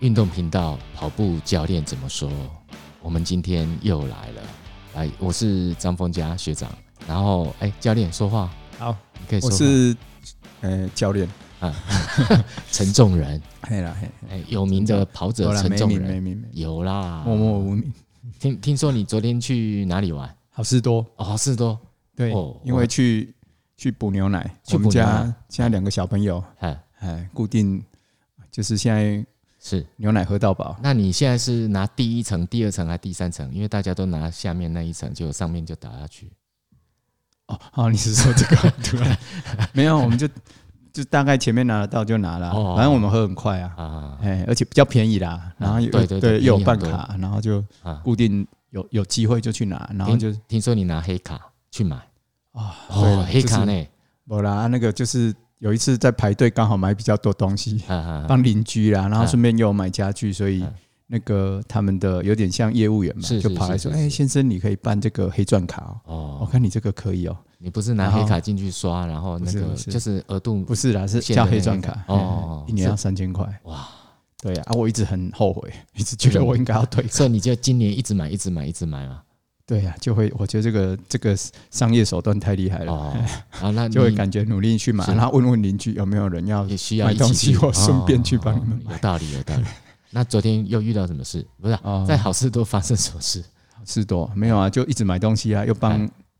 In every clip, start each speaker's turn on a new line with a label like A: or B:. A: 运动频道跑步教练怎么说？我们今天又来了，来，我是张峰佳学长，然后哎、教练说话，
B: 好，
A: 你可以说
B: 我
A: 话
B: 是呃教练，
A: 陈仲仁，
B: 嘿啦嘿，
A: 哎、有名的跑
B: 好
A: 者
B: 啦
A: 陈
B: 没
A: 仲
B: 名没
A: 仁，
B: 名没名，
A: 有啦，
B: 默默无名，
A: 听听说你昨天去哪里玩？
B: 好事多，
A: 哦，是多，
B: 对
A: 哦，
B: 因为去去补牛奶，
A: 去
B: 我们
A: 补牛奶
B: 家现在两个小朋友，
A: 哎，
B: 哎，固定就是现在
A: 是。
B: 牛奶喝到饱，
A: 那你现在是拿第一层、第二层还是第三层？因为大家都拿下面那一层，就上面就打下去。
B: 哦，好，你是说这 个？突然没有，我们就就大概前面拿得到就拿了
A: 哦，
B: 反正我们喝很快啊，
A: 啊
B: 哎，而且比较便宜啦，然后又
A: 对对对便宜
B: 又有办
A: 很多
B: 卡，然后就
A: 啊！
B: 固定有有机会就去拿，然后就
A: 听说你拿黑卡去买
B: 啊，对
A: 哦，黑
B: 就是
A: 卡呢？
B: 我啦，啊那个就是有一次在排队，刚好买比较多东西，
A: 啊啊啊
B: 帮邻居啦，然后
A: 嗯
B: 顺便又有买家具，所以
A: 嗯
B: 那个他们的有点像业务员嘛，
A: 是
B: 就是跑来
A: 是
B: 说：“
A: 是
B: 哎，
A: 是
B: 先生，你可以办这个黑钻卡哦，我
A: 哦！
B: 看你这个可以哦。
A: 你不是拿黑卡进去刷，然后那个
B: 不是不是
A: 就是额”度
B: 不是啦，是
A: 现
B: 叫
A: 在的
B: 黑钻
A: 那个
B: 卡
A: 哦
B: 嗯一年要
A: 是
B: 三千块。
A: 哇！
B: 对啊，啊我一直很后悔，一直觉得我应该要退。
A: 所以你就今年一直买，一直买，一直买嘛。
B: 对啊，就会我觉得这个这个商业手段太厉害了，
A: 哦，啊，那
B: 就会
A: 你
B: 感觉努力去买，
A: 是
B: 然后问问邻居有没有人要
A: 也需要
B: 买
A: 一
B: 东
A: 起
B: 西
A: 去
B: 我顺便去帮你们
A: 哦有道理，有 道理。那昨天又遇到什么事？不是啊、
B: 哦
A: 在好事多发生什么 事？
B: 是多没有啊，就一直买东西啊，又帮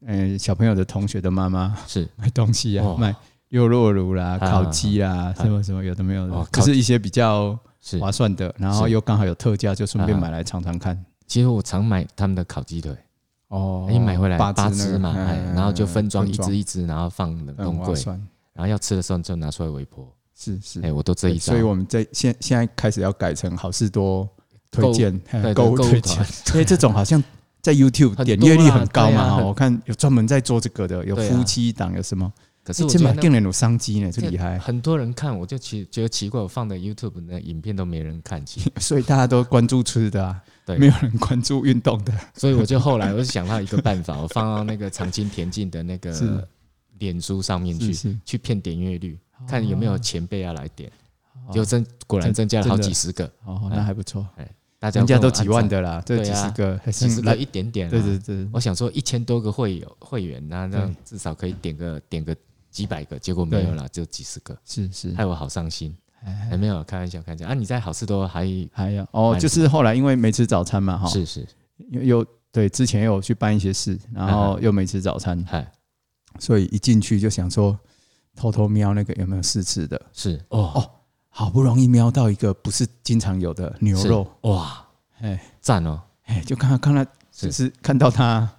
A: 哎
B: 呃小朋友的同学的妈妈
A: 是
B: 买东西啊
A: 哦，
B: 买优酪乳啦、
A: 啊
B: 烤鸡啦，什么什么有的没有
A: 哦
B: 的，
A: 烤
B: 就
A: 鸡
B: 是一些比较
A: 是，啊
B: 划算的，然后又刚好有特价，就顺便买来尝尝看。
A: 其实我常买他们的烤鸡腿，
B: 哦
A: 你哎买回来八
B: 那
A: 只
B: 个
A: 嘛，
B: 嗯
A: 哎然后就分装一只
B: 分嗯
A: 一只，然后放冷
B: 装很
A: 冻
B: 划
A: 柜，
B: 算，
A: 然后要吃的时候就拿出来微波。
B: 是是
A: 哎，。我都这一招
B: 所以，我们在现现在开始要改成好事多推荐
A: 对
B: 嗯
A: 购
B: 购
A: 物
B: 物推荐
A: 团，，
B: 因为这种好像在
A: 很
B: YouTube
A: 多啦
B: 点阅率很高
A: 对
B: 嘛
A: 啊，
B: 哦我看有专门在做这个的，有
A: 对啊
B: 夫妻档，有什么？哎
A: 可是
B: 这
A: 我
B: 这
A: 觉得
B: 买
A: 那
B: 更人有商机呢，这
A: 这
B: 厉害。
A: 很多人看，我就奇觉得奇怪，我放的 YouTube 那影片都没人看，其实
B: 所以大家都关注吃的啊，
A: 对
B: 没有人关注运动的。
A: 所以我就后来我就想到一个办法，我放到那个长青田径的那个
B: 是
A: 脸书上面去
B: 是，是
A: 去骗点阅率，看有没有前辈要来点，就
B: 哦
A: 增果然
B: 真
A: 增加了好
B: 真的
A: 几十个，
B: 哦，那还不错，
A: 大家
B: 人家
A: 跟我
B: 都几万
A: 按赞，
B: 的啦，这
A: 对
B: 几
A: 啊
B: 十个还
A: 几
B: 是
A: 十个一点点、啊，
B: 对对对，
A: 我想说一千多个会友会员，那那
B: 对
A: 至少可以点个点个几百个，结果没有啦，就几十个，
B: 是是，
A: 害我好伤心。
B: 哎
A: 哎，没有，开玩笑，开玩笑啊！你在好事多还
B: 还有哦
A: 蛮，
B: 就是后来因为没吃早餐嘛，哈，
A: 是是，
B: 又又对之前有去办一些事，然后又没吃早餐，
A: 哎
B: 所以一进去就想说偷偷瞄那个有没有试吃的，
A: 是哦
B: 哦好不容易瞄到一个不是经常有的牛
A: 是
B: 肉，
A: 哇，
B: 哎
A: 赞哦，
B: 哎，就看他看他
A: 是
B: 就是看到他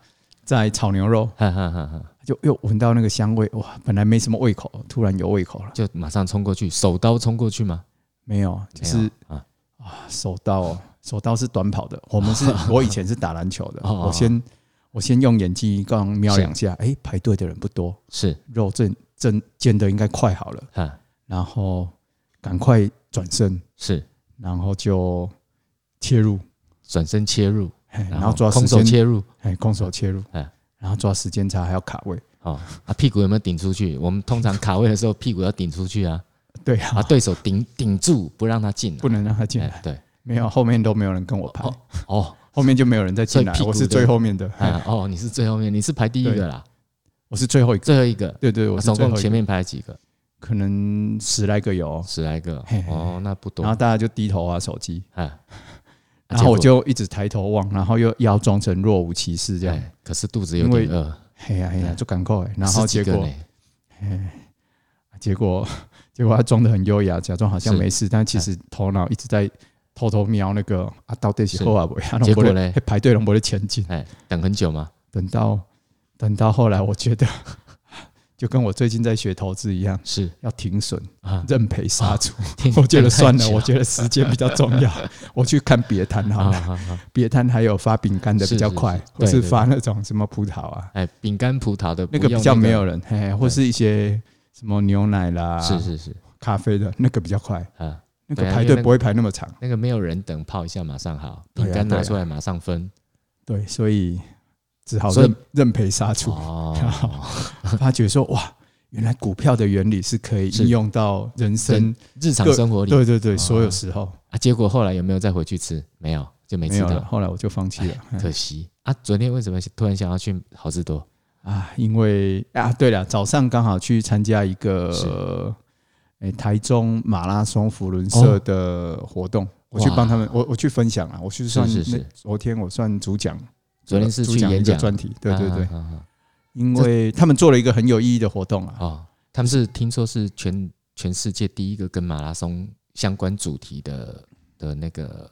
B: 在炒牛肉。
A: 哈哈哈哈，
B: 就又闻到那个香味，哇，本来没什么胃口，突然有胃口了。
A: 就马上冲过去，手刀冲过去吗？
B: 没有，就
A: 没有
B: 是
A: 啊，
B: 啊手刀哦，手刀是短跑的。我们 是，我以前是打篮球的，
A: 哦哦哦
B: 我先我先用眼睛刚瞄
A: 是
B: 两下，哎，排队的人不多，
A: 是
B: 肉正正煎的应该快好了，
A: 哈
B: 然后赶快转身，
A: 是，
B: 然后就切入，
A: 转身切入，
B: 嘿然后抓时
A: 空手
B: 间，
A: 切入，
B: 哎，空手切入
A: 哎，
B: 然后抓时间差，还要卡位。
A: 哦啊，屁股有没有顶出去？我们通常卡位的时候，屁股要顶出去啊，
B: 对啊
A: 把，对手顶顶住，不让他进啊，
B: 不能让他进
A: 哎
B: 来，
A: 对
B: 没有，后面都没有人跟我排。
A: 哦
B: 后面就没有人再进
A: 所
B: 来
A: 以屁，股
B: 我是最后面的，哎
A: 啊哦，你是最后面，你是排第一个啦，
B: 我是最后一个，
A: 最后一个，
B: 对对，我
A: 啊
B: 是
A: 总
B: 最
A: 共
B: 后一
A: 前
B: 个，
A: 面排了几个？
B: 可能十来个有哦，
A: 十来个
B: 嘿嘿
A: 哦，那不多
B: 然后大家就低头啊手机，
A: 啊。
B: 然后我
A: 结果
B: 就一直抬头望，然后又要装成若无其事这样，
A: 哎可是肚子有点饿，
B: 嘿呀嘿呀，
A: 嗯
B: 就赶快，然后
A: 十
B: 结
A: 几个
B: 果
A: 呢
B: 结果 结果他装的很优雅，假装好像
A: 是
B: 没事，但其实头脑一直在偷偷瞄那个啊到底
A: 是
B: 是后啊不 啊，
A: 结果
B: 都没
A: 嘞
B: 嘿排队龙不会前进，
A: 哎，等很久吗？
B: 等到等到后来，我觉得 就跟我最近在学投资一样，
A: 是
B: 要停损，
A: 啊，
B: 认赔杀出。
A: 听
B: 我觉得算了，
A: 等
B: 我
A: 很久
B: 觉得时间比较重 要，我去看别摊好
A: 啊
B: 了。
A: 啊啊！
B: 别摊还有发饼干的比较快
A: 是是，是
B: 或
A: 对
B: 是
A: 对
B: 发那种什么葡萄啊，
A: 哎，饼干葡萄的
B: 那
A: 不
B: 个
A: 用
B: 比较没有人，嘿，或是一些什么牛奶啦、
A: 是是是
B: 咖啡的那个比较快，
A: 啊，
B: 那
A: 对
B: 个
A: 啊
B: 排
A: 因为
B: 队
A: 那
B: 不会排那么长。
A: 那个没有人等，泡一下马上好，
B: 对啊
A: 饼干
B: 对
A: 拿
B: 啊
A: 出来马上 分
B: 对，所以只好
A: 所以
B: 认认赔杀出，
A: 哦。
B: 发觉说哇，原来股票的原理是可以
A: 是
B: 应用到人生，
A: 日常
B: 各
A: 生活里
B: 对对对，
A: 哦
B: 所有时候。
A: 啊，结果后来有没有再回去吃？没有，就没
B: 没
A: 吃
B: 有
A: 到哎
B: 了，，哎后来我就放弃了。
A: 可惜啊。昨天为什么突然想要去好事多？
B: 啊，因为啊，对了，早上刚好去参加一
A: 是
B: 个诶、台中马拉松福伦社
A: 哦
B: 的活动，我去帮他们，我我去分享啊，我去算
A: 是是是
B: 那昨天我算主讲，
A: 昨天是
B: 主
A: 去
B: 讲一
A: 演
B: 个
A: 讲，
B: 专题，对对对
A: 啊，啊啊
B: 因为他们做了一个很有意义的活动
A: 啊
B: 啊，
A: 哦，他们是听说是全全世界第一个跟马拉松相关主题的的那个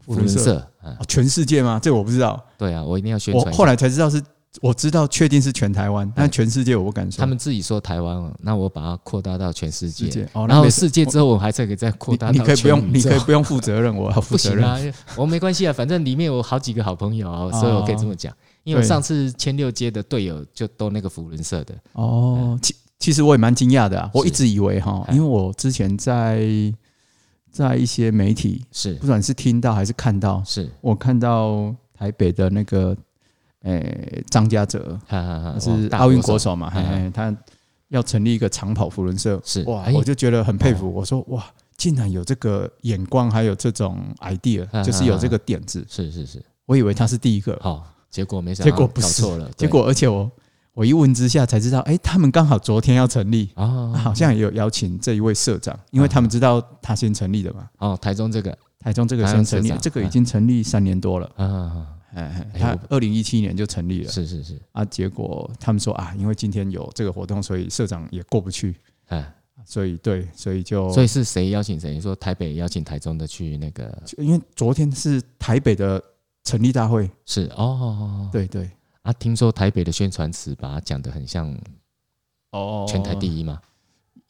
B: 福伦社
A: 社啊
B: 哦，全世界吗？这我不知道，
A: 对啊，我一定要宣
B: 我
A: 传一下。哎
B: 后来才知道是，我知道确定是全台湾，但全世界我不敢说，
A: 他们自己说台湾，那我把它扩大到全世
B: 世
A: 界，
B: 界
A: 然
B: 哦，那
A: 后
B: 没事
A: 世界之后，我还是可以再扩大
B: 你
A: 到
B: 你可以不用，
A: 全宇
B: 你
A: 宙
B: 可以不用负责 任，我要负
A: 不
B: 责
A: 行
B: 任。哦
A: 啊，我没关系啊，反正里面有好几个好朋友啊，所以我可以这么讲。因为我
B: 对
A: 上次千六街的队友就都那个福伦社的，
B: 哦，其其实我也蛮惊讶的啊，我
A: 是
B: 一直以为哈，
A: 哎
B: 因为我之前在在一些媒体，
A: 是
B: 不管是听到还是看到，
A: 是，
B: 我看到台北的那个诶张家泽，
A: 哈哈哈，
B: 他
A: 哇
B: 是
A: 大
B: 奥运
A: 国
B: 国手嘛，
A: 嗯
B: 哎，他要成立一个长跑福伦社，
A: 是
B: 哇
A: 哎，
B: 我就觉得很佩服，我说哇。竟然有这个眼光，还有这种 idea，
A: 嗯
B: 就是有这个点子。
A: 是是是，
B: 我以为他是第一个，
A: 好，结果没想到
B: 结果不
A: 搞
B: 是
A: 错了，对
B: 结果而且我我一问之下才知道，哎，他们刚好昨天要成立，啊
A: 啊
B: 好像也有邀请这一位社长，因
A: 嗯
B: 为他们知道他先成立的嘛。
A: 哦，台中这个
B: 台中这个
A: 台
B: 先
A: 中
B: 成
A: 社
B: 立
A: 长，嗯
B: 这个已经成立三年多了。
A: 啊，
B: 哎，哎
A: 哎
B: 他
A: 我
B: 二零一七年就成立了
A: 是是是，
B: 啊，结果他们说啊，因为今天有这个活动，所以社长也过不去，
A: 哎，
B: 所以对，所以就
A: 所以是谁邀请谁？你说台北邀请台中的去那个
B: 就因为昨天是台北的成立大会，
A: 是哦哦，哦
B: 对对，
A: 啊，听说台北的宣传词把它讲得很像
B: 哦
A: 全台第一嘛，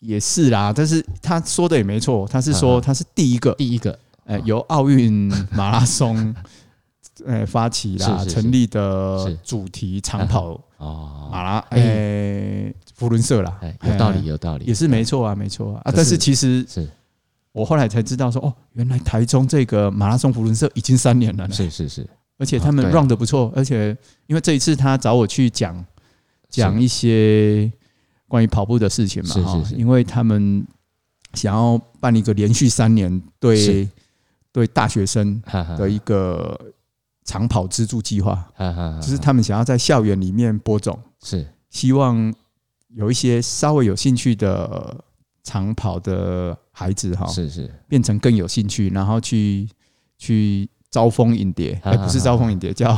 B: 也是啦，但是他说的也没错，他是说
A: 嗯嗯
B: 他是第一个
A: 第一个
B: 呃，由奥运马拉松 呃发起啦
A: 是是是
B: 成立的
A: 是
B: 主题长跑
A: 哦，
B: 马拉
A: 哎
B: 诶福伦社啦
A: 哎，，有道
B: 哎
A: 理，，有道理，
B: 也是没错啊，没错啊。啊
A: 可是
B: 但是其实
A: 是
B: 我后来才知道说，哦，原来台中这个马拉松福伦社已经三年了呢，
A: 是是是，
B: 而且他们
A: 啊对啊
B: run 的不错，而且因为这一次他找我去讲讲
A: 一
B: 一些关于跑步的事情嘛，
A: 是
B: 哈
A: 是是
B: 因为他们想要办一个连续三年对
A: 是啊
B: 对大学生
A: 哈哈
B: 的一个长跑资助计划，
A: 哈哈，
B: 就是他们想要在校园里面播种，
A: 是
B: 希望有一些稍微有兴趣的长跑的孩子哈，
A: 是是
B: 变成更有兴趣，然后去去招蜂引蝶，
A: 啊
B: 哎，不是招蜂引蝶，叫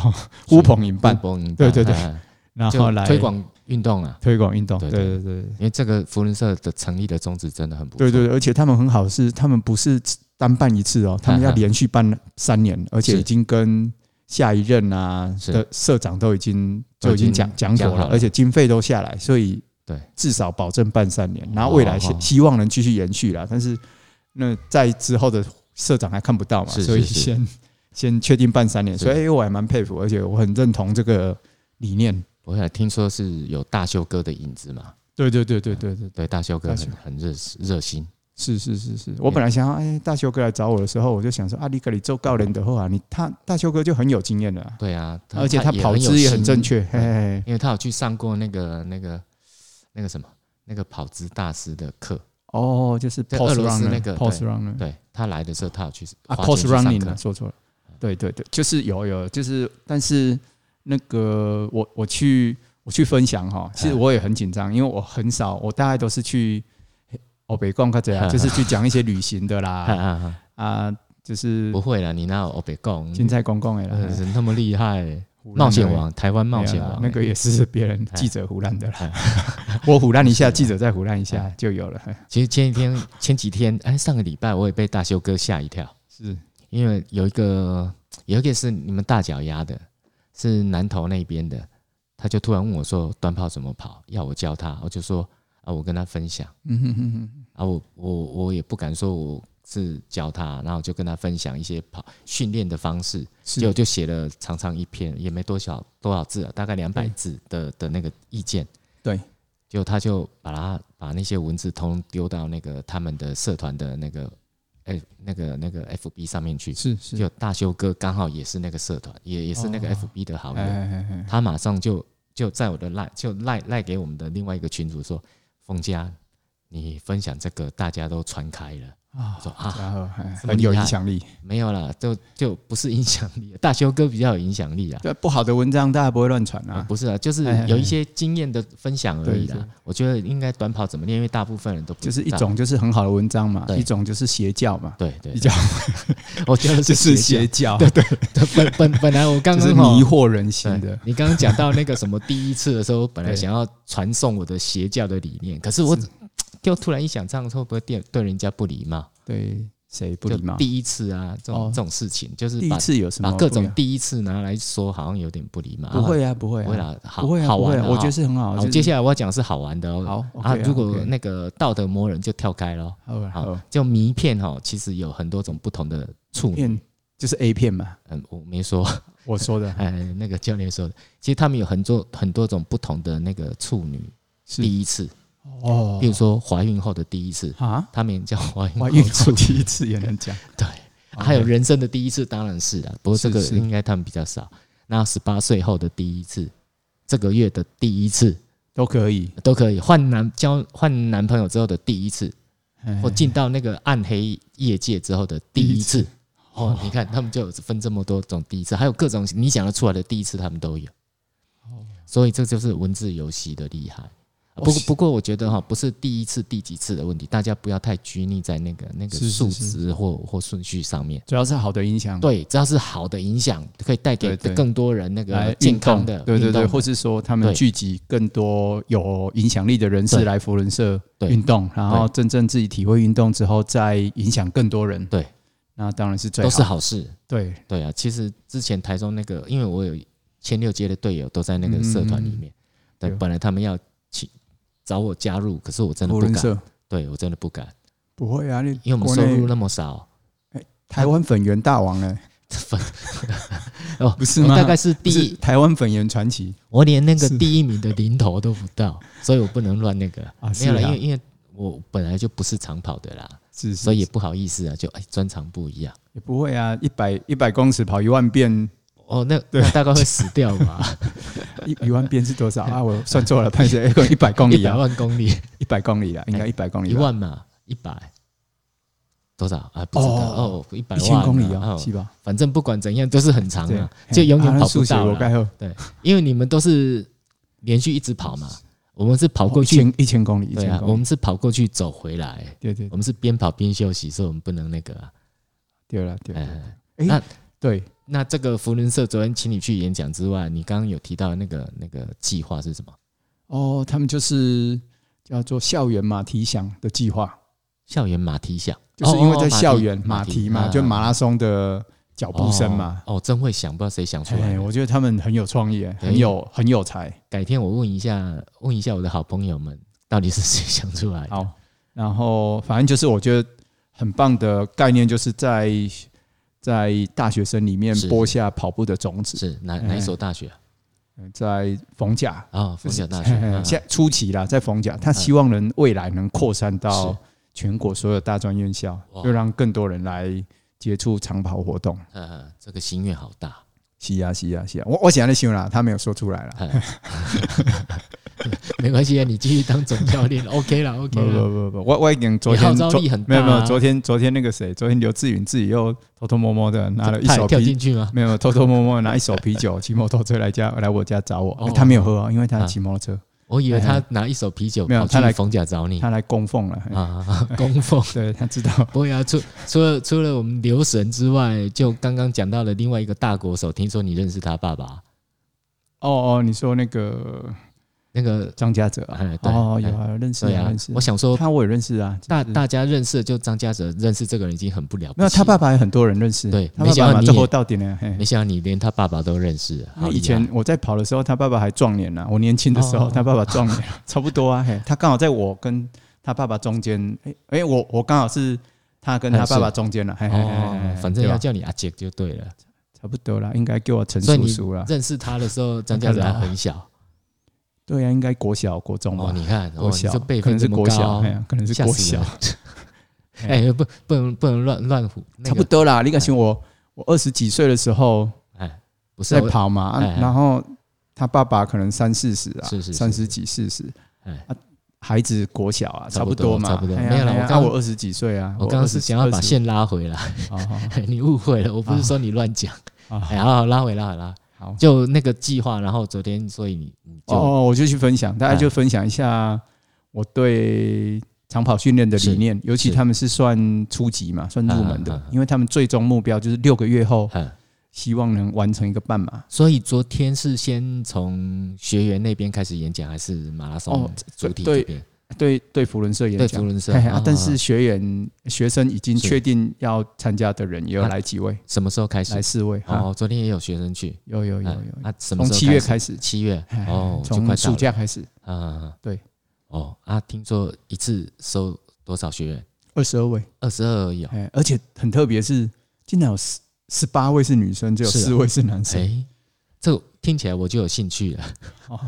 B: 呼朋引伴，
A: 帮你
B: 对对对
A: 哈哈
B: 然后
A: 就
B: 来
A: 推广运动啊，
B: 推广运动，对
A: 对
B: 对
A: 对
B: 对对
A: 因为这个福伦社的成立的宗旨真的很不
B: 对
A: 错，
B: 对，而且他们很好，是他们不是单办一次 哦，他们要
A: 啊哈
B: 连续办三年，而且
A: 是
B: 已经跟下一任啊
A: 是
B: 的社长都已经
A: 都
B: 就已
A: 已
B: 经
A: 经
B: 讲讲妥
A: 讲好
B: 了，
A: 了
B: 而且经费都下来，所以
A: 对
B: 至少保证办三年，然后未来希
A: 哦哦
B: 希望能继续延续啦。但是那在之后的社长还看不到嘛，
A: 是是
B: 所以
A: 是
B: 先先确定办三年，
A: 是
B: 所以我还蛮佩服，而且我很认同这个理念。
A: 我想听说是有大秀哥的影子嘛，
B: 对对对对对对，
A: 对，大秀哥
B: 大秀
A: 很很热热心，
B: 是是是是，我本来想要，哎，大修哥来找我的时候，我就想说，啊，你跟你做高人的话，你他大修哥就很有经验了啊，
A: 对啊，
B: 而且他
A: 也
B: 跑
A: 有
B: 姿也很
A: 心
B: 正，确，嘿嘿嘿，
A: 因为他有去上过那个那个那个什么那个跑姿大师的课，
B: 哦，就是
A: 在
B: pose
A: 俄罗斯
B: runner，
A: 那个
B: pose
A: 对
B: runner，
A: 对他来的时候他有去
B: 啊
A: 花钱
B: ，pose
A: 去上
B: running
A: 课
B: 啊，说错了，对对对，就是有有，就是但是那个我我去我去分享哈，其实我也很紧张，因为我很少，我大概都是去哦北逛看怎样，就是去讲一些旅行的
A: 哈
B: 啦，
A: 哈哈
B: 啊，就是
A: 不会啦，你那欧北贡
B: 金在公共的啦，
A: 人那么厉害，
B: 胡乱
A: 冒险
B: 而已
A: 王，台湾冒
B: 没有
A: 险
B: 啦
A: 王，
B: 那个也是别人
A: 哎
B: 记者胡乱的啦。 我胡乱一下，
A: 不是啊
B: 记者再胡乱一下就有了。哎嘿
A: 其实前一天、前几天，哎，上个礼拜我也被大修哥吓一跳，
B: 是
A: 因为有一个有一个是你们大脚丫的，是南投那边的，他就突然问我说短跑怎么跑，要我教他，我就说啊，我跟他分享
B: 嗯哼哼哼，
A: 啊，我我我也不敢说我是教他，然后我就跟他分享一些跑训练的方式，
B: 是
A: 结果就写了长长一篇，也没多少多少字啊，大概两百
B: 对
A: 字的的那个意见。
B: 对，
A: 结果他就把他把那些文字通通丢到那个他们的社团的那个，哎、那个那个 FB 上面去。
B: 是是，
A: 就大修哥刚好也是那个社团，也也是那个
B: 哦
A: FB 的好友，
B: 哎哎哎，
A: 他马上就就在我的赖就赖赖给我们的另外一个群主说，冯家，你分享这个大家都传开了，
B: 哎啊
A: 我说啊，
B: 然后哎
A: 这么
B: 很有
A: 厉害
B: 影响力。
A: 没有啦，就就不是影响力，大修哥比较有影响力啦。
B: 对，不好的文章大家不会乱传
A: 啊
B: 啊，。
A: 不是啊，就是
B: 哎哎
A: 有一些经验的分享而已
B: 对对
A: 啦。我觉得应该短跑怎么练，因为大部分人都不
B: 就是一
A: 知道
B: 种就是很好的文章嘛，
A: 啊对
B: 一种就是邪教嘛，
A: 对对，
B: 比较
A: 对 我觉得
B: 就是邪
A: 邪
B: 教，
A: 教本本本来我刚
B: 就
A: 刚
B: 是
A: 吼
B: 迷惑人心
A: 对
B: 的。
A: 你刚刚讲到那个什么第一次的时候，本来
B: 对
A: 想要传送我的邪教的理念，可是我
B: 是
A: 就突然一想，这样会不会对对人家不礼貌？
B: 对，谁不
A: 就
B: 礼貌？
A: 第一次啊，这种
B: 哦
A: 这种事情，就是
B: 第一
A: 把
B: 次有什么
A: 把各
B: 不一
A: 种
B: 样
A: 第一次拿来说，好像有点不礼貌。
B: 不会啊，不会
A: 啊，不会
B: 啊，
A: 啦，好
B: 不会啊，
A: 好
B: 不会
A: 玩
B: 啊
A: 的。
B: 我觉得
A: 哈
B: 是很好。
A: 好，
B: 就是
A: 接下来我要讲是好玩的哦。
B: 好 OK
A: 啊，
B: 啊
A: 如果
B: OK
A: 那个道德魔人就跳开咯。
B: 好啊
A: 好
B: 好，
A: 就迷片哦，其实有很多种不同的处女。
B: 片就是 A 片嘛，
A: 嗯，我没说，
B: 我说的
A: 哎，那个教练说的，其实他们有很多很多种不同的那个处女
B: 是
A: 第一次，
B: 哦
A: 比如说怀孕后的第一次，
B: 啊，
A: 他们也叫怀孕
B: 怀
A: 后
B: 孕
A: 处
B: 后
A: 女。
B: 第一次也能讲，
A: 对，
B: OK
A: 还有人生的第一次当然是啊，不过这个
B: 哦是是
A: 应该他们比较少。那十八岁后的第一次，这个月的第一次
B: 都可以，
A: 都可以，换男交换男朋友之后的第一次，
B: 哎
A: 或进到那个暗黑业界之后的第一
B: 第
A: 次。哦，你看他们就有分这么多种第一次，还有各种你想得出来的第一次，他们都有。所以这就是文字游戏的厉害。啊不过
B: 哦是
A: 不过，我觉得哈，不是第一次、第几次的问题，大家不要太拘泥在那个那个
B: 是是
A: 数
B: 是
A: 值或或顺序上面。
B: 主要是好的影响，
A: 对，只要是好的影响，可以带给
B: 对对
A: 更多人那个
B: 来
A: 健
B: 运
A: 康
B: 动
A: 的
B: 对对
A: 运动
B: 对，
A: 的
B: 或是说他们
A: 对
B: 聚集更多有影响力的人士
A: 对
B: 来福伦社
A: 对
B: 运动，然后真正自己体会运动之后，再影响更多人。
A: 对，
B: 那当然是最
A: 都是
B: 好。
A: 好事。
B: 对，
A: 对啊，其实之前台中那个，因为我有前六街的队友都在那个社团里
B: 嗯
A: 面，对，
B: 对
A: 本来他们要请找我加入，可是我真的
B: 福
A: 不
B: 伦
A: 敢，
B: 社
A: 对我真的不敢，
B: 不会啊，你
A: 因为我们
B: 国
A: 收入
B: 内
A: 那么少，
B: 台湾粉圆大王哎，
A: 哦，
B: 不是
A: 我
B: 吗？
A: 大概是
B: 不
A: 第
B: 是
A: 一，
B: 台湾粉圆传奇
A: 我连那个
B: 是
A: 第一名的零头都不到，所以我不能乱那个，
B: 啊，
A: 没有
B: 了，
A: 了，因为因为我本来就不是长跑的啦，
B: 是是
A: 所以也不好意思啊，就哎专长不一样。
B: 也不会啊，一百一百公尺跑一万遍，
A: 哦，那那大概会死掉吧？
B: 一一万遍是多少啊？我算错了，拍摄一百 公
A: 一
B: 里
A: 百
B: 啊，
A: 万公里，
B: 一百公里啊，应该一百公里
A: 一
B: 吧，
A: 万嘛，一百多少啊？不知道哦
B: 哦，
A: 一百
B: 一千
A: 万
B: 公里
A: 啊
B: 啊，
A: 哦
B: 是吧？
A: 反正不管怎样都是很长
B: 对
A: 啊，，就永远
B: 嘿
A: 跑
B: 啊那
A: 不
B: 数学
A: 到
B: 我
A: 啦。
B: 该喝
A: 因为你们都是连续一直跑嘛，我们是跑过
B: 一
A: 去，
B: 千一千公里，一
A: 对
B: 千
A: 啊，我
B: 公里，
A: 们是跑过去走回来，
B: 对对
A: 我们是边跑边休息，所以我们不能那个啊。
B: 对了对了，
A: 哎那
B: 哎，对，
A: 那这个福伦社昨天请你去演讲之外，你刚刚有提到那个那个计划是什么？
B: 哦，他们就是叫做校园马蹄响的计划，
A: 校园马蹄响，
B: 就是因为在
A: 哦
B: 校园
A: 马
B: 马
A: 蹄
B: 蹄嘛，就马
A: 啊
B: 拉松的脚步声嘛。
A: 哦，哦真会想，不知道谁想哦出来
B: 哎，
A: 的。
B: 我觉得他们很有创意，哎
A: 对
B: 很有很有才。
A: 改天我问一下，问一下我的好朋友们，到底是谁想出来的？
B: 好，然后反正就是我觉得很棒的概念，就是在在大学生里面
A: 是
B: 播下跑步的种子，
A: 是哪哪一所大学啊？
B: 嗯在逢甲。
A: 哦，凤小大 学
B: 嘿嘿
A: 啊。
B: 哎现在初期啦，在逢甲，他希望能未来能扩散到
A: 是
B: 全国所有大专院校
A: 哇，
B: 就让更多人来接触长跑活动。
A: 呃，这个心愿好大。
B: 是啊，是啊，是啊，我我想在想啦，他没有说出来啦。
A: 哎没关系啊，你继续当总教练，OK 了
B: 不
A: ，OK 了。
B: 不不不， 我我已经昨
A: 你号
B: 天
A: 召
B: 昨
A: 力很大啊
B: 没有没有，昨天昨天那个谁，昨天刘志云自己又偷偷摸摸的拿了一
A: 他
B: 手
A: 也跳
B: 啤
A: 进去吗？
B: 没有，偷偷摸摸拿一手啤酒，骑摩托车来家来我家找我。
A: 哦
B: 他没有喝啊，因为他骑摩托车，
A: 我以为他拿一手啤酒
B: 没有
A: 跑
B: 他
A: 去
B: 来
A: 冯甲找你
B: 他来供奉了。嘿
A: 啊， 供奉。
B: 对他知道，
A: 不会啊，除除了除了我们留神之外，就刚刚讲到了另外一个大国手，听说你认识他爸爸，
B: 哦哦，你说那个
A: 那个
B: 张家泽啊？
A: 哎对
B: 哦，
A: 哎
B: 有啊，认识
A: 对
B: 啊，
A: 啊
B: 认，识
A: 我。想说
B: 他我也认识啊，
A: 大
B: 就是
A: 大家认识的就张家泽，认识这个人已经很不了不起。
B: 没有他爸，爸也很多人认识，
A: 对
B: 他
A: 没
B: 爸
A: 想到
B: 爸嘛
A: 你
B: 最
A: 也
B: 后到底呢？嘿
A: 没想到你啊连他爸爸都认识了，好
B: 以前我在跑的时候，他爸爸还壮年啊呢。我年轻的时
A: 哦
B: 候，他爸爸壮年，差不多啊。嘿，他刚好在我跟他爸爸中间，哎哎，我我刚好是他跟他爸爸中间了。啊嘿
A: 厉
B: 嘿
A: 害
B: 嘿嘿嘿
A: 哦，反正
B: 哎对吧
A: 要叫你阿杰就对了。
B: 差不多啦，应该叫我陈
A: 所以
B: 叔
A: 你
B: 叔啦。
A: 认识他的时候，张家泽还很小
B: 对啊呀、应该国小、国中吧？
A: 哦，你看哦，
B: 国
A: 你
B: 小、
A: 这辈
B: 可
A: 分
B: 能是
A: 这么
B: 国小，
A: 高
B: 哎，呀，可能是
A: 吓
B: 国
A: 死
B: 小
A: 人， 哎，不不能不能乱乱唬，那
B: 差不
A: 个
B: 多啦。你敢想我，我二十几岁的时候
A: 哎，不是
B: 在
A: 啊我
B: 跑嘛，啊
A: 哎哎
B: 然后他爸爸可能三四十啊
A: 是是是，
B: 三十几四十
A: 哎。
B: 啊孩子国小啊，
A: 差
B: 差
A: 不
B: 不
A: 多
B: 多嘛，
A: 差不多
B: 哎呀
A: 没有啦
B: 哎呀
A: 我刚
B: 啊我二十几岁啊，
A: 我刚刚是想要把
B: 现
A: 线拉回来，
B: 好好
A: 你误会了，我不是说你乱讲。
B: 好
A: 哎，好好拉回拉回拉回，
B: 啊好
A: 就那个计划，然后昨天，所以你你就
B: 哦，我就去分享，大家
A: 哎
B: 就分享一下我对长跑训练的理念，尤其
A: 是
B: 他们是算初级嘛，算入门
A: 嗯嗯
B: 的
A: 嗯，嗯
B: 因为他们最终目标就是六个月后
A: 嗯，
B: 希望能完成一个半马。
A: 所以昨天是先从学员那边开始演讲，还是马拉松
B: 哦
A: 主体
B: 对
A: 这边？
B: 对对，福伦社演
A: 啊对，
B: 讲
A: 福，伦社。
B: 嘿啊
A: 啊，
B: 但是学员学生已经
A: 是
B: 确定要参加的人也有
A: 啊
B: 来几位，
A: 什么时候开始
B: 来？四位，哈，
A: 哦，昨天也有学生去。
B: 有有有
A: 嗯
B: 有，
A: 啊，什么
B: 从
A: 时候
B: 七月
A: 始
B: 开始，
A: 七月
B: 哎
A: 哦，就
B: 从
A: 快到
B: 暑
A: 了。
B: 假开始，
A: 嗯，
B: 对。
A: 哦啊，听说一次收多少学员？
B: 二十二位，
A: 二十二而已哦。
B: 哎，而且很特别是，竟然有十十八位是女生，只有
A: 是啊
B: 四位是男生，
A: 哎，这听起来我就有兴趣了。
B: 哦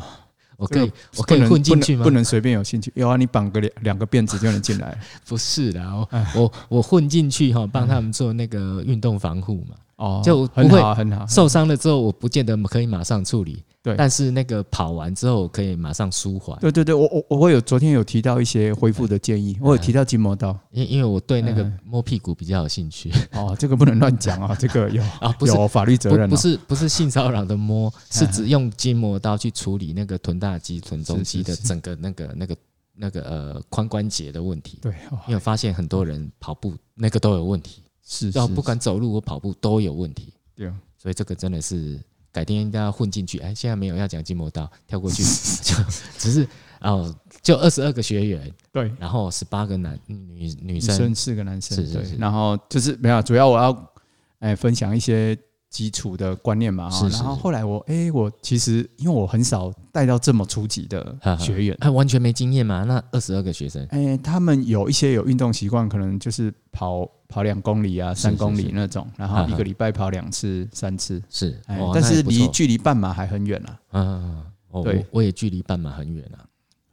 A: 我可
B: 这个
A: 以，我可以
B: 不能
A: 混进去吗
B: 不能不能随便有兴趣，有啊，你绑个两两个辫子就能进 来
A: 不是啦，我
B: 哎
A: 我我混进去哈，帮他们做那个运动防护嘛。
B: 哦，
A: 就不会
B: 很好啊很好，
A: 受伤了之后，我不见得可以马上处理，
B: 对
A: 但是那个跑完之后，我可以马上舒缓，
B: 对对对，我我我我有昨天有提到一些恢复的建议，我有提到筋膜刀
A: 因因为我对那个
B: 嗯
A: 摸屁股比较有兴 趣
B: 哦，这个不能乱 讲啊，这个有
A: 啊，不是
B: 有法律责任
A: 不
B: 哦，
A: 不是不是性骚扰的 摸，是
B: 嗯
A: 指用筋膜刀去处理那个臀大肌、臀中肌的
B: 是是是
A: 整个那个那个那个呃髋关节的问题。
B: 对哦
A: 因为我发现很多人跑步那个都有问题，
B: 是，
A: 然后
B: 是
A: 不管走路或跑步都有问题，
B: 对哦
A: 所以这个真的是改天一定要混进去。哎，现在没有要讲筋膜刀，跳 过去就只是哦，就二十二个学员，
B: 对。
A: 然后十八个男女女
B: 女
A: 生
B: 生四个男生，
A: 是是
B: 对
A: 是
B: 然后就是没有，啊主要我要哎分享一些基础的观念嘛。哦
A: 是是
B: 然后
A: 是
B: 后来我哎，我其实因为我很少带到这么初级的
A: 哈哈
B: 学员，
A: 啊，完全没经验嘛。那二十二个学生，
B: 哎，他们有一些有运动习惯，可能就是跑跑两公里啊、
A: 是
B: 三公
A: 是
B: 里
A: 是
B: 那种，然
A: 哈
B: 后
A: 哈
B: 一个礼拜跑两次、三次。
A: 是，
B: 哎
A: 哇，
B: 但
A: 那也
B: 是
A: 不
B: 离
A: 错
B: 距离半马还很远啊。
A: 嗯嗯，嗯哦，
B: 对
A: 我我也距离半马很远啊，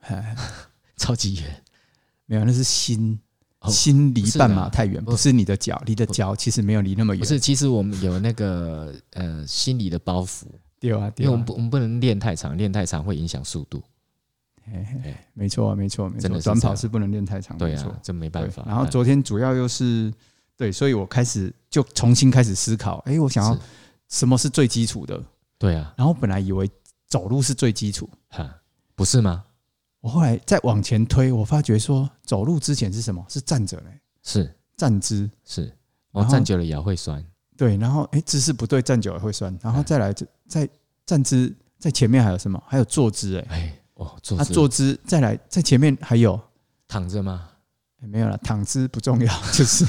B: 哎，
A: 超级 远。
B: 没有，那是心
A: 哦
B: 心离
A: 不是
B: 半
A: 的
B: 马太远，
A: 不
B: 不是啊哦你的脚，你的脚其实没有离那么
A: 不
B: 远。
A: 是，其实我们有那个呃心理的包袱，
B: 对啊，
A: 因
B: 对
A: 为我
B: 啊
A: 们，不我们不能练太长，练太长会影响速度。
B: 没错啊，没错，没
A: 真的
B: 错，
A: 是
B: 短
A: 这
B: 跑
A: 样
B: 是不能练太长，
A: 对
B: 没错
A: 啊，这没
B: 对
A: 办法。
B: 然后
A: 嗯
B: 昨天主要又是对，所以我开始就重新开始思考，哎，我想要
A: 是
B: 什么是最基础的？
A: 对啊，
B: 然后本来以为走路是最基础，
A: 哈，不是吗？
B: 我后来再往前推，我发觉说走路之前是什么？是站着嘞，
A: 是
B: 站姿。
A: 是，我
B: 然后
A: 站久了也会酸。
B: 对，然后哎，姿势不对，站久了会酸。然后
A: 嗯
B: 再来，这在站姿在前面还有什么？还有坐姿哎，
A: 哎，哦，坐
B: 啊，
A: 姿
B: 坐姿再来在前面还有
A: 躺着吗？
B: 哎没有了？躺姿不重要， 就是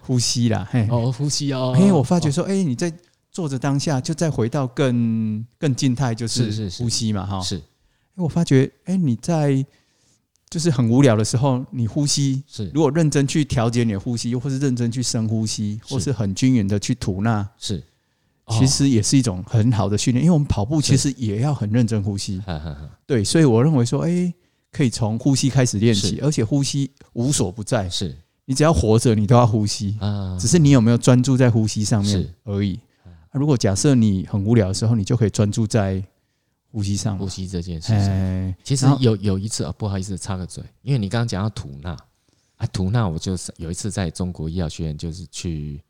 B: 呼吸啦。嘿，
A: 哦，呼吸哦。
B: 哎、我发觉
A: 哦
B: 说，哎、你在坐着当下，就再回到更更静态，就是
A: 是
B: 是
A: 是
B: 呼吸嘛，哈。
A: 是
B: 哎我发觉，哎、你在就是很无聊的时候，你呼吸，
A: 是
B: 如果认真去调节你的呼吸，或是认真去深呼吸，
A: 是
B: 或是很均匀的去吐纳，
A: 是，哦
B: 其，实也是一种很好的训练。因为我们跑步其
A: 是
B: 实也要很认真呼吸，
A: 哦哈哈哈，
B: 对，所以我认为说，哎、可以从呼吸开始练习，
A: 是
B: 而且呼吸无所不在，
A: 是
B: 你只要活着，你都要呼吸。
A: 啊
B: 只，是你有没有专注在呼吸上
A: 是
B: 面而已。啊如果假设你很无聊的时候，你就可以专注在呼吸上嘛
A: 呼。吸这件事情。
B: 哎，
A: 其实
B: 然后
A: 有有一次啊，不好意思插个嘴，因为你刚刚讲到吐纳啊，吐纳，我就是有一次在中国医药学院，就是去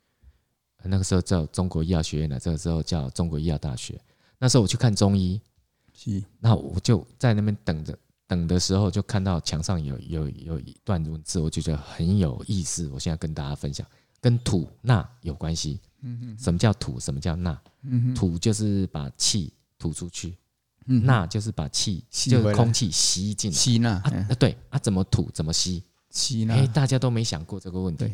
A: 那个时候叫中国医药学院了，这个时候叫中国医药大学。那时候我去看中医，
B: 是
A: 那我就在那边等着，等的时候就看到墙上有有有一段文字，我就觉得很有意思。我现在跟大家分享，跟吐纳有关系。
B: 嗯
A: 什么叫吐？什么叫纳？
B: 嗯嗯
A: 吐就是把气吐出去，
B: 嗯
A: 纳就是把气
B: 吸
A: 就
B: 回
A: 是
B: 来
A: 空气吸进来。
B: 吸纳
A: 啊
B: 哎，
A: 啊对啊，怎么吐怎么吸？
B: 吸纳
A: 哎、，大家都没想过这个问题
B: 对。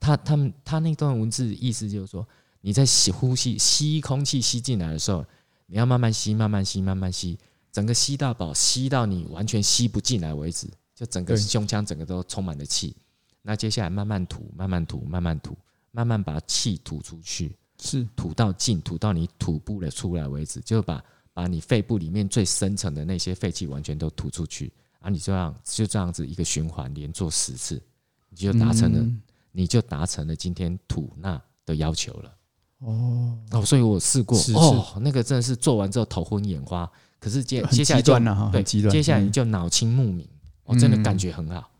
A: 他他们他那段文字意思就是说，你在吸呼吸吸空气吸进来的时候，你要慢慢吸，慢慢吸，慢慢吸，整个吸到饱，吸到你完全吸不进来为止，就整个
B: 对
A: 胸腔整个都充满了气。那接下来慢慢吐，慢慢吐，慢慢吐，慢慢把气吐出去，
B: 是
A: 吐到尽，吐到你吐不了出来为止，就把把你肺部里面最深层的那些废气完全都吐出去啊！你就这样就这样子一个循环，连做十次，你就达成了，
B: 嗯
A: 你就达成了今天吐纳的要求了。
B: 哦，
A: 哦，所以我试过
B: 是是
A: 哦，那个真的是做完之后头昏眼花，可是接
B: 很
A: 接下来
B: 极
A: 就
B: 端了哈，啊
A: 对，
B: 很极端。
A: 接下来你
B: 嗯
A: 就脑清目明，哦，真的
B: 嗯
A: 感觉很好。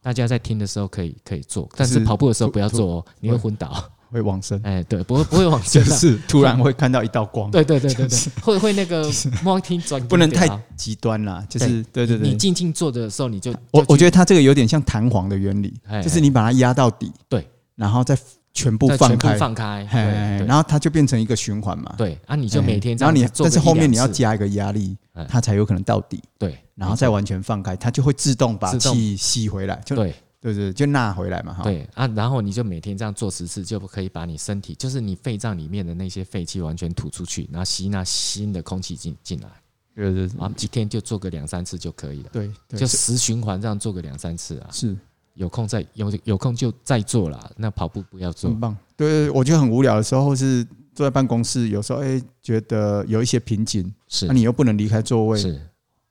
A: 大家在听的时候可以可以做，但
B: 是
A: 是跑步的时候不要
B: 突
A: 做哦，你会昏倒。
B: 会往 生，
A: 哎，对，不会不会往
B: 就
A: 前的。
B: 是突然会看到一道光，，
A: 嗯对对对对对，会会那个猫听转
B: 不能
A: 给你
B: 太
A: 啊
B: 极端啦，就是对对
A: 你
B: 对。
A: 静静做的时候，你就
B: 我我觉
A: 得
B: 得它这个有点像弹簧的原理
A: 哎，
B: 就是你把它压到底，
A: 对，
B: 然后再全部放
A: 全部
B: 开，
A: 放开，
B: 嘿
A: 对对
B: 然后它就变成一个循环嘛。
A: 对啊，你就每天这
B: 然
A: 样
B: 后
A: 子
B: 你，
A: 做
B: 但
A: 个一
B: 是后面
A: 两
B: 你要
A: 次
B: 加一个压力
A: 哎，
B: 它才有可能到底，
A: 对，
B: 然后再完全放开，它就会自动把
A: 自动
B: 气吸回来，就对
A: 对
B: 对对，就纳回来嘛哈。
A: 对啊，然后你就每天这样做十次，就可以把你身体，就是你肺脏里面的那些废气完全吐出去，然后吸纳新的空气进进来
B: 对对
A: 啊，一天就做个两三次就可以了，
B: 对对，
A: 就十循环这样做个两三次啊，
B: 是
A: 有空再有有空就再做啦，那跑步不要做
B: 很，棒。对对，对我觉得很无聊的时候，或是坐在办公室，有时候哎觉得有一些瓶颈，
A: 是
B: 那、你又不能离开座位，
A: 是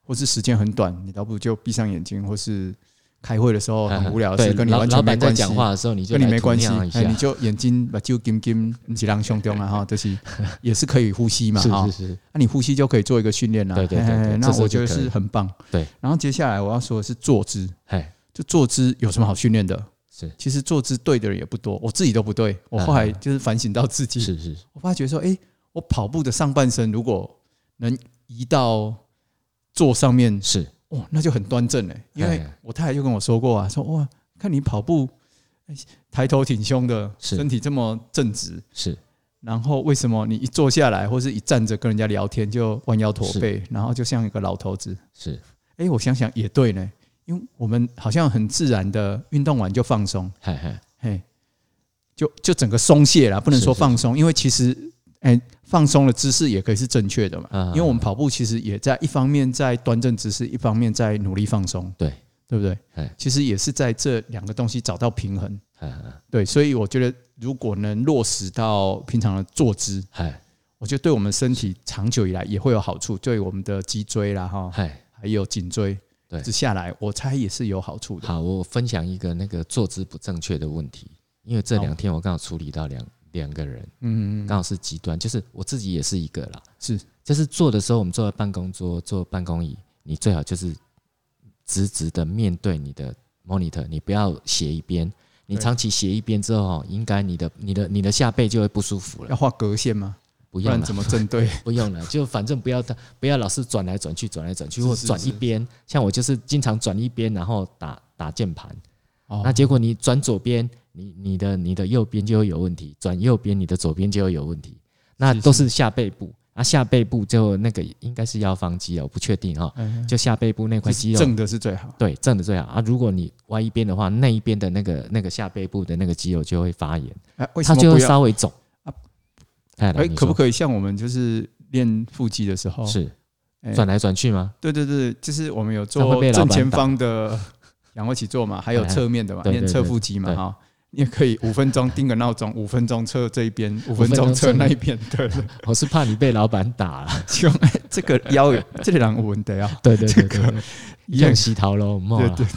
B: 或是时间很短，你倒不如就闭上眼睛，或是开会的时候很无聊的
A: 哎对
B: 事，跟你
A: 老
B: 完
A: 老
B: 全没
A: 板在
B: 关系
A: 讲。话的时候，你就
B: 跟你
A: 来
B: 没关系
A: 酝酿一，
B: 哎，
A: 下
B: 你就眼睛把就金金，你是狼兄弟嘛哈，就是 也是可以呼吸嘛
A: 是
B: 哈
A: 是，是，
B: 那你呼吸就可以做一个训练啦。
A: 对对对对
B: 哎哎哎那
A: 这时候
B: 我觉得
A: 就可以
B: 是很棒。
A: 对，
B: 然后接下来我要说的是坐姿，
A: 哎
B: 就坐姿有什么好训练的？
A: 是啊
B: 其实坐姿对的人也不多，我自己都不对。我后来就是反省到自己，
A: 是是
B: 我发觉说，哎、我跑步的上半身如果能移到坐上面，
A: 是，
B: 哇，那就很端正嘞、因为
A: 哎
B: 我太太就跟我说过啊，说哇，看你跑步哎抬头挺胸的，
A: 是
B: 身体这么正直，
A: 是
B: 然后为什么你一坐下来或是一站着跟人家聊天就弯腰驼背，然后就像一个老头子？
A: 是
B: 哎、我想想也对呢，因为我们好像很自然的运动完就放松。
A: 嘿嘿
B: 嘿，就就整个松懈啦，不能
A: 是
B: 说
A: 是
B: 放松，因为其实，哎、放松的姿势也可以是正确的嘛。
A: 啊
B: 因为我们跑步其实也在一方面在端正姿势，一方面在努力放松，
A: 对
B: 对不对
A: 哎？
B: 其实也是在这两个东西找到平衡。
A: 哎
B: 对，所以我觉得如果能落实到平常的坐姿，
A: 哎
B: 我觉得对我们身体长久以来也会有好处，对我们的脊椎啦哈，
A: 哎，
B: 还有颈椎，
A: 对
B: 一直下来我猜也是有好处的。
A: 好，我分享一个那个坐姿不正确的问题，因为这
B: 好
A: 两天我刚好处理到两两个人，
B: 嗯，嗯嗯
A: 刚好是极端，就是我自己也是一个啦，
B: 是
A: 就是坐的时候，我们坐在办公桌、坐办公椅，你最好就是直直的面对你的 monitor，你不要斜一边。你
B: 对
A: 长期斜一边之后哦，应该你的、你的、你的下背就会不舒服 了
B: 要。画格线吗？
A: 不
B: 不
A: 要
B: 然
A: 了
B: 怎，么正 对？
A: 不用了，就反正不要不要老是转来转去、转来转去，
B: 是
A: 或
B: 是
A: 转一
B: 是
A: 边。像我就是经常转一边，然后打打键盘。
B: 哦
A: 那结果你转左边，你你的你的右边就会有问题；转右边，你的左边就会有问题。那都是下背部啊，下背部就那个应该是腰方肌啊，我不确定哈、
B: 嗯
A: 就下背部那块肌肉，
B: 正的是最好。
A: 对正的最好啊。如果你歪一边的话，那一边的那个那个下背部的那个肌肉就会发炎，
B: 哎、为什
A: 它
B: 么
A: 就
B: 不
A: 会
B: 要？
A: 稍微肿
B: 啊。
A: 哎，
B: 哎、
A: 来你
B: 可
A: 说
B: 不可以像我们就是练腹肌的时候，
A: 是
B: 哎
A: 转来转去吗？
B: 对对对，就是我们有
A: 这样会
B: 做
A: 被老板
B: 正前方的 仰卧起坐嘛，还有侧面的嘛，
A: 哎哎
B: 练侧腹肌嘛，
A: 对对
B: 哈。你也可以五分钟定个闹钟，五分钟测这一 边，五
A: 分
B: 分
A: 钟
B: 钟
A: 测
B: 测那一边，对对，
A: 我是怕你被老板打了。
B: 希望哎这个腰有这个人有问题 啊，
A: 对对对
B: 这
A: 对
B: 个
A: 对，
B: 一
A: 用
B: 样
A: 洗头喽，梦
B: 对
A: 了
B: 对，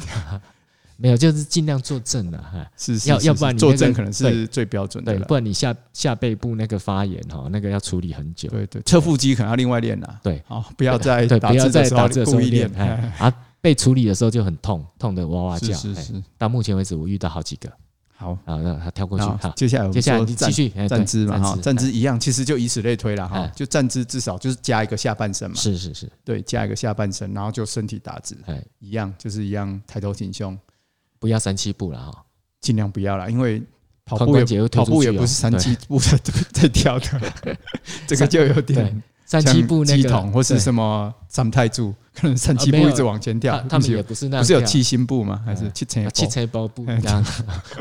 A: 没有，就是尽量坐正哎了、哈。
B: 是是
A: 要
B: 是
A: 要不然
B: 是
A: 你
B: 坐
A: 那个
B: 正可能是
A: 对
B: 最标准的
A: 对，
B: 了，
A: 不然你下下背部那个发炎哈，那个要处理很久。
B: 对对，侧腹肌可能要另外练啦，
A: 对
B: 好，不要在
A: 对，
B: 哎打
A: 不要
B: 字的
A: 在
B: 时
A: 打
B: 候
A: 字的时候
B: 故意练，哎
A: 哎啊，被处理的时候就很痛，痛的哇哇
B: 是
A: 叫。
B: 是
A: 哎
B: 是，
A: 到目前为止，我遇到好几个
B: 好，
A: 啊，让他跳过去
B: 然后
A: 哈。
B: 接下来我们
A: 接下来
B: 说
A: 你
B: 站
A: 继续哎对
B: 站姿嘛哈，站姿
A: 哎
B: 一样，其实就以此类推了哈
A: 哎，
B: 就站姿至少就是加一个下半身嘛，
A: 是是是，
B: 对，加一个下半身，然后就身体打直，
A: 哎，
B: 一样就是一样抬头挺胸，
A: 不要三七步了哈。
B: 尽量不要啦，因为跑
A: 髋
B: 步
A: 关节
B: 也
A: 会
B: 跑
A: 突出去哦
B: 步也不是三七步在 在跳的，这个就有点
A: 对三七步那
B: 像
A: 个
B: 鸡筒或是
A: 对
B: 什么三太柱，可能三七
A: 啊没
B: 步
A: 有
B: 一直往前跳
A: 他，他们也
B: 不是有
A: 不是那样
B: 不是有
A: 跳
B: 七星步吗？还是
A: 哎
B: 七层
A: 啊七
B: 步？
A: 彩包步
B: 哎
A: 这 样。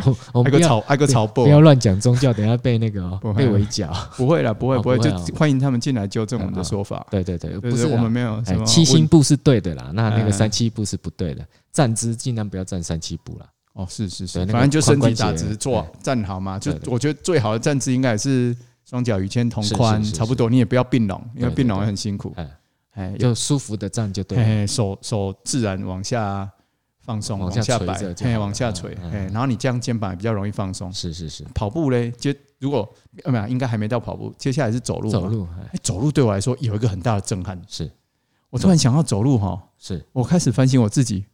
A: 我我
B: 挨
A: 们
B: 个
A: 不要
B: 草，挨个草步
A: 不，要乱讲宗教，等一下被那个哦
B: 不会
A: 被围剿。
B: 不会啦，不会
A: 哦
B: 不会，
A: 不会
B: 就
A: 啊
B: 欢迎他们进来纠正我们的
A: 嗯好
B: 说法。
A: 对对对，
B: 对
A: 不是
B: 对我
A: 啊
B: 们没有什
A: 哎
B: 么，
A: 七
B: 问
A: 星步是对的啦，那那
B: 哎
A: 个三七步是不对的，站姿尽量不要站三七步啦。
B: 哦，是是是，
A: 对那个
B: 反正就身体打
A: 髋关
B: 直
A: 节
B: 坐站好嘛。就
A: 对对
B: 我觉得最好的站姿应该也是双脚与肩同宽，
A: 是是是
B: 差不多。你也不要并拢，因为
A: 对对
B: 并拢也很辛苦。
A: 哎，
B: 哎，有
A: 就舒服的站就对了。
B: 嘿手手自然往下放松，
A: 往
B: 往
A: 下
B: 下
A: 垂
B: 摆
A: 着，就好
B: 嘿，
A: 了
B: 往下垂，
A: 嗯嗯
B: 嘿，然后你这样肩膀也比较容易放松。
A: 是是是，
B: 跑步嘞，接如果呃没有，应该还没到跑步，接下来是走路。
A: 走，路哎
B: 哎，走路对我来说有一个很大的震撼。
A: 是
B: 我突然想到走路哈，
A: 是
B: 我开始反省我自己，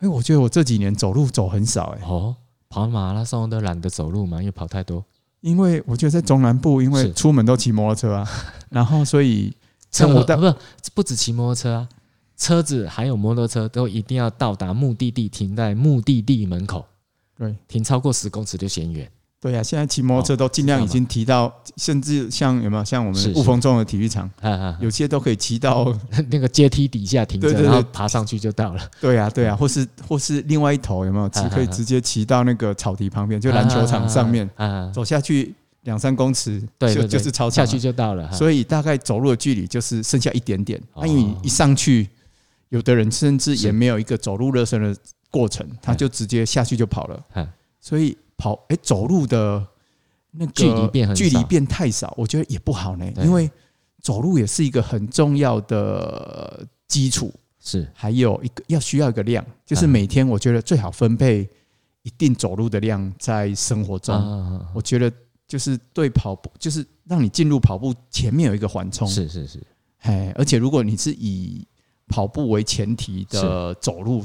B: 哎、我觉得我这几年走路走很少、哎，
A: 哦，跑马拉松都懒得走路嘛，因为跑太多。
B: 因为我觉得在中南部，因为
A: 是
B: 出门都骑摩托车啊， 然后所以趁
A: 趁
B: 我
A: 我
B: 到
A: 不不止骑摩托车啊，车子还有摩托车都一定要到达目的地，停在目的地门口。
B: 对
A: 停超过十公尺就嫌远。
B: 对啊，现在骑摩托车都尽量已经提到，甚至像有没有像我
A: 哦是啊
B: 们
A: 是
B: 雾峰中的体育场，
A: 哈哈哈
B: 有些都可以骑到，
A: 那个阶梯底下停着，
B: 对对对
A: 然后爬上去就到了。
B: 对啊对啊，或是或是另外一头有没有骑
A: 啊
B: 可以直接骑到那个草地旁边，就篮球场上面，
A: 啊啊，啊
B: 走下去两三公尺，
A: 对对
B: 就
A: 对
B: 就是操场
A: 下
B: 啊
A: 去就到了。哈
B: 所以大概走路的距离就是剩下一点点。
A: 哦
B: 那、因为你一上去，有的人甚至也
A: 是
B: 没有一个走路热身的过程，他就直接下去就跑了。
A: 嗯
B: 所以跑哎、走路的那个
A: 距离变很少
B: 距离变太少，我觉得也不好呢，
A: 对
B: 因为走路也是一个很重要的基础，
A: 是
B: 还有一个要需要一个量，就是
A: 嗯
B: 每天我觉得最好分配一定走路的量在生活中。
A: 啊啊
B: 我觉得就是对跑步，就是让你进入跑步前面有一个缓
A: 啊
B: 冲，
A: 是是是，
B: 哎，而且如果你是以跑步为前提的走路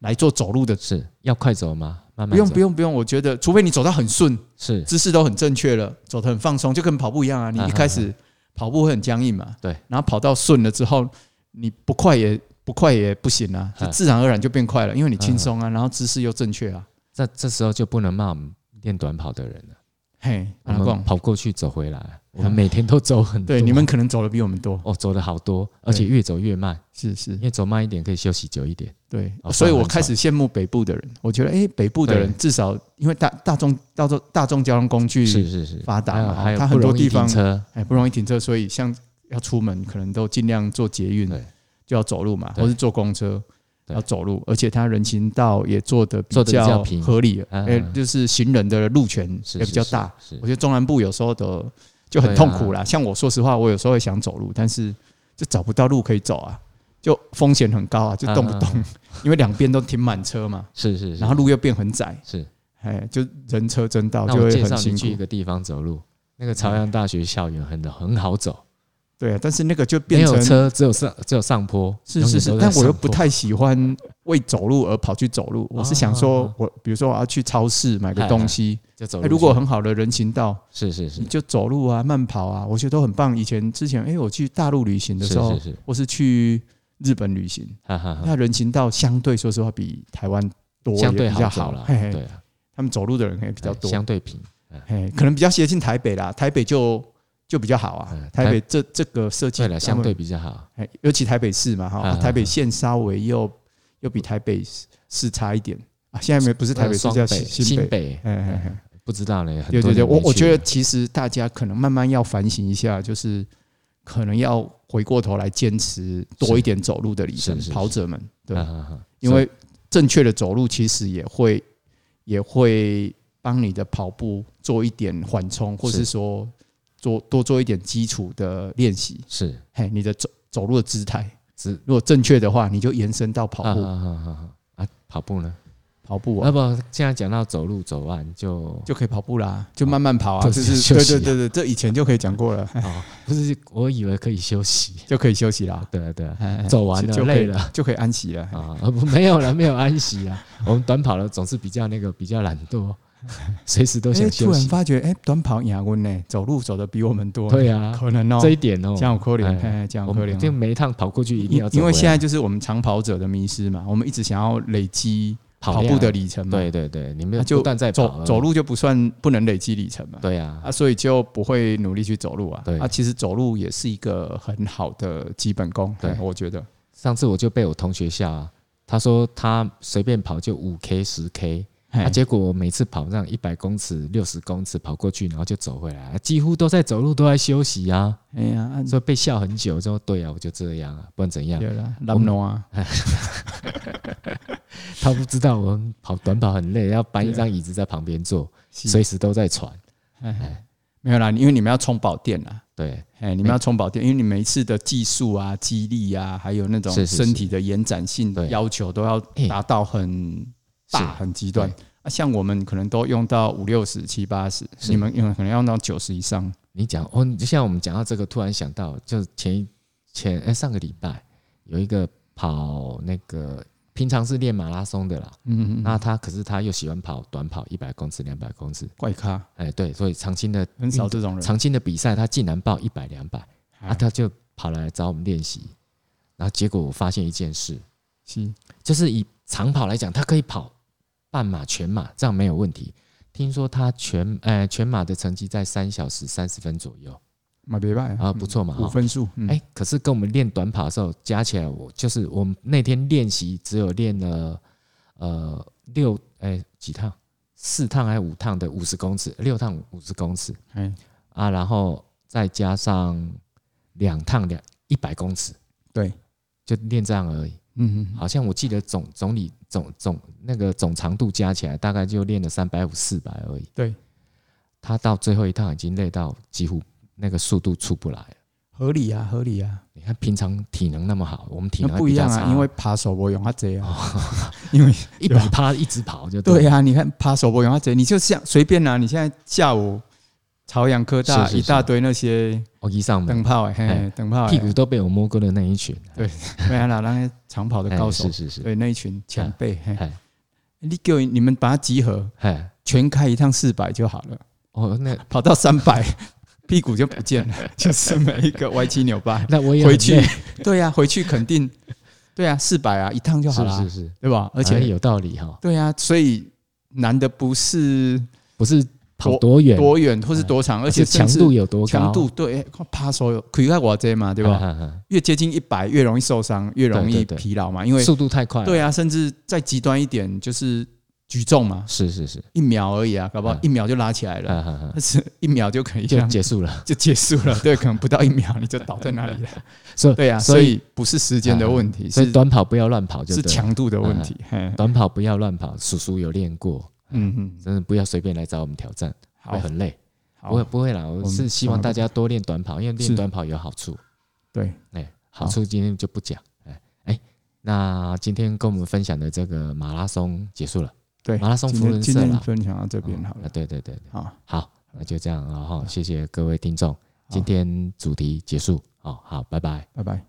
B: 来做走路的，
A: 是要快走吗？慢慢
B: 不用
A: 走
B: 不用不用，我觉得除非你走到很顺，
A: 是
B: 姿势都很正确了，走得很放松，就跟跑步一样啊，你一开始跑步会很僵硬嘛，
A: 对，
B: 然后跑到顺了之后，你不快也不快也不行啊，就
A: 嗯
B: 自然而然就变快了，因为你轻松啊，然后姿势又正确啊，
A: 这这时候就不能骂我们练短跑的人了。
B: 嘿，
A: 我
B: 阿公
A: 们，跑过去走回来，我们每天都走很多。
B: 对，你们可能走的比我们多，
A: 哦走的好多，而且越走越慢，
B: 是是
A: 因。为走慢一点可以休息久一点。
B: 对，
A: 哦
B: 所以我
A: 算
B: 开始羡慕北部的人。我觉得，哎，北部的人至少因为大大众大众大众交通工具，
A: 是是是，
B: 发达
A: 还有
B: 嘛
A: 还有
B: 它
A: 不
B: 很多
A: 容易
B: 地方
A: 停车
B: 哎，不容易停车，所以像要出门，可能都尽量坐捷运
A: 对，
B: 就要走路嘛，
A: 对
B: 或是坐公车
A: 对
B: 要走路，而且它人行道也做得比
A: 做得比较
B: 较
A: 平
B: 合理，
A: 嗯
B: 哎
A: 嗯，
B: 就是行人的路权
A: 是
B: 也比较
A: 是
B: 大。
A: 是
B: 我觉得中南部有时候的就
A: 啊
B: 很痛苦啦。像我说实话，我有时候会想走路，但是就找不到路可以走啊，就风险很高啊，就动不动， 因为两边都停满车嘛。
A: 是嗯是，是
B: 然后路又变很窄，
A: 是。
B: 哎，就人车争道
A: 那
B: 就
A: 我
B: 会
A: 介
B: 很
A: 绍你
B: 辛
A: 去一
B: 苦。
A: 个地方走路，那个朝阳大学校园很很好走，
B: 对啊，但是那个就
A: 没
B: 变
A: 有
B: 成
A: 车，只有上只有上坡，
B: 是
A: 永远
B: 是是
A: 都，在
B: 但我又
A: 上
B: 不
A: 坡
B: 太喜欢为走路而跑去走路。我是想说
A: 啊，
B: 我比如说我要去超市买个
A: 哎
B: 东西，
A: 就走
B: 哎
A: 路去。
B: 如果很好的人行道，
A: 是是是
B: 你就走路啊、慢跑啊，我觉得都很棒。以前之前，哎，我去大陆旅行的
A: 是
B: 时候
A: 是，是，
B: 或是去日本旅行，
A: 哈哈哈，
B: 那人行道相对说实话比台湾多，
A: 嗯相对
B: 也比较
A: 走
B: 好
A: 了，
B: 嘿嘿
A: 对啊，
B: 他们走路的人也比较
A: 哎
B: 多，
A: 相对平。
B: 嘿，可能比较接近台北啦，台北就就比较好啊
A: 嗯。
B: 台北这这个设计
A: 对了，相对
B: 他
A: 比较好。
B: 们，嘿尤其台北市嘛，哈、
A: 啊
B: 台北县稍微又又比台北市市差一点啊。现在没不是台北市，
A: 呃双
B: 叫
A: 北、
B: 新
A: 新
B: 北。
A: 北，
B: 嘿嘿嘿
A: 不知道嘞。很
B: 对
A: 多
B: 对对，
A: 年
B: 我
A: 没
B: 我
A: 去
B: 觉得
A: 了
B: 其实大家可能慢慢要反省一下，就是可能要回过头来坚持多一点走路的里程
A: 是，是啊
B: 跑者们对，
A: 哈哈哈
B: 因为正确的走路其实也会也会帮你的跑步做一点缓冲，或是
A: 是
B: 说做多做一点基础的练习。
A: 是是
B: 嘿，你的走走路的姿态，
A: 只
B: 如果正确的话，你就延伸到跑步。
A: 啊啊啊啊啊跑步呢？
B: 跑步
A: 啊
B: 啊，
A: 不，现在讲到走路走完就
B: 就可以跑步啦，就慢慢跑啊，
A: 不
B: 就是是
A: 休
B: 对
A: 息
B: 对
A: 啊
B: 对对，这以前就可以讲过了，
A: 哦，不是，我以为可以休息。
B: 就可以休息啦。
A: 对啊对啊，
B: 哎
A: 走完了
B: 就就可以
A: 累了
B: 就可以安息了。哎
A: 啊，呃不没有了，没有安息啊。我们短跑了总是比较那个，比较懒惰，随时都
B: 哎，
A: 想
B: 突
A: 休
B: 然
A: 息。
B: 发觉，哎，短跑亚温呢，走路走的比我们多，
A: 对啊，
B: 可能哦
A: 这，一点哦，
B: 这样有可能，
A: 哎
B: 哎，这样
A: 我
B: 有可
A: 们
B: 能。
A: 就每一趟跑过去一定
B: 因
A: 要走
B: 因为
A: 回来
B: 现在就是我们长跑者的迷失嘛，我们一直想要累积跑步
A: 量
B: 的里程嘛，
A: 对对对，你们
B: 那嗯啊就
A: 不断在跑
B: 走
A: 而已
B: 走。路就不算不能累积里程嘛，
A: 对啊
B: 啊，，所以就不会努力去走路啊
A: 对，
B: 啊，其实走路也是一个很好的基本功，
A: 对
B: 哎我觉得
A: 上次我就被我同学笑啊，他说他随便跑就五 K 十 K，
B: 嘿
A: 啊，结果我每次跑这样一百公尺、六十公尺跑过去，然后就走回来，啊几乎都在走路，都在休息啊，
B: 哎呀，啊
A: 所以被笑很久。之后对啊，我就这样啊，不然怎样？
B: 对了，懒惰啊，
A: 他不知道我们跑短跑很累，要搬一张椅子在旁边坐，
B: 是
A: 随时都在喘。
B: 哎没有啦，因为你们要充饱电啦。
A: 对，
B: 哎，你们要充饱电，因为你每一次的技术啊、肌力啊，还有那种
A: 是是是
B: 身体的延展性的
A: 对
B: 要求，都要
A: 哎
B: 达到很大、
A: 是
B: 很极端
A: 对。
B: 啊，像我们可能都用到五六十、七八十，
A: 是
B: 你们用可能要用到九十以上。
A: 你讲哦，就像我们讲到这个，突然想呃到，就前一前哎、上个礼拜有一个跑那个平常是练马拉松的啦，
B: 嗯嗯嗯，
A: 那他可是他又喜欢跑短跑，一百公尺、两百公尺，
B: 怪咖，
A: 哎，对，所以长青的
B: 很少这种人。
A: 长青的比赛，他竟然报一百、两百，啊，
B: 哎
A: 他就跑来找我们练习，然后结果我发现一件事，
B: 是
A: 就是以长跑来讲，他可以跑半马、全马，这样没有问题。听说他全呃全马的成绩在三小时三十分左右
B: 嘛，别拜
A: 啊，不错嘛
B: 五
A: 哈。
B: 分数，嗯
A: 哎、，可是跟我们练短跑的时候加起来我，就是我们那天练习只有练了呃六哎、几趟，四趟还五趟的五十公尺，六趟五十公尺
B: 哎，
A: 啊，然后再加上两趟两一百公尺，
B: 对，
A: 就练这样而已。
B: 嗯嗯，
A: 好像我记得总总理总总那个总长度加起来大概就练了三百五四百而已。
B: 对，
A: 他到最后一趟已经累到几乎那个速度出不来了。
B: 合理啊，合理啊，
A: 你看平常体能那么好，我们体
B: 那
A: 能还
B: 不
A: 比
B: 一
A: 较
B: 样
A: 差哦
B: 啊，因为爬手不用他这啊， 因为
A: 一百趴一直跑就
B: 对
A: 了。
B: 啊，你看爬手不用他这，你就像随便啊，你现在下午朝阳科大
A: 是是是
B: 一大堆那些
A: 我一哦上
B: 灯
A: 门，
B: 泡，
A: 哎
B: 嘿，灯泡，
A: 屁股都被我摸过的那一群，
B: 没有啦，那些长跑的
A: 哎
B: 高手
A: 是，是是，
B: 对那一群前辈，嘿，
A: 哎
B: 你给我你们把它集合，
A: 哎，
B: 全开一趟四百就好了，
A: 哦，那
B: 跑到三百，屁股就不见了， 就是每一个歪七扭八。
A: 那我也很
B: 回去
A: 累，
B: 对啊呀、回去肯定，对呀、四百啊，一趟就好
A: 是
B: 了，
A: 是是，
B: 对吧？而
A: 哎
B: 且，
A: 有道理哈，
B: 对呀、啊所以难的不是
A: 不是跑多远，
B: 多远或是多长，而且
A: 哎是强
B: 甚至
A: 度有多高，
B: 强度对，哎爬手有可以看我这嘛，对吧？
A: 吧？
B: 越接近一百，越容易受伤，越容
A: 啊对
B: 易
A: 对对
B: 疲劳嘛，因为
A: 速度太快了，
B: 对啊，甚至再极端一点就是举重嘛，
A: 是是是，
B: 一秒而已啊，搞不好
A: 嗯
B: 一秒就拉起来了，
A: 啊哈哈
B: 但是一秒 就可以这
A: 就
B: 样
A: 结束了。
B: 就结束了，对，可能不到一秒你就倒在那里了，
A: 所以
B: 对啊，所
A: 所以啊
B: 以不是时间的问题，
A: 所以
B: 是
A: 短跑不要乱跑就，
B: 是
A: 对了。啊
B: 强度的问题。嘿
A: 短跑不要乱跑。叔叔有练过，
B: 嗯嗯，
A: 真的不要随便来找我们挑战，会
B: 好，
A: 很累。不会
B: 好，
A: 不会啦，我
B: 们
A: 是希望大家多练短跑，因为练
B: 是
A: 短跑有好处。
B: 对，
A: 哎，好处今天就不讲。哎哎，那今天跟我们分享的这个马拉松结束了。
B: 对，
A: 马拉松
B: 今
A: 福
B: 天
A: 伦社
B: 今
A: 啦
B: 天分享到这边好
A: 啊
B: 了，
A: 对对对，对
B: 好，
A: 好，那就这样了哈。谢谢各位听众，今天主题结束。哦，好，拜拜。
B: 拜拜。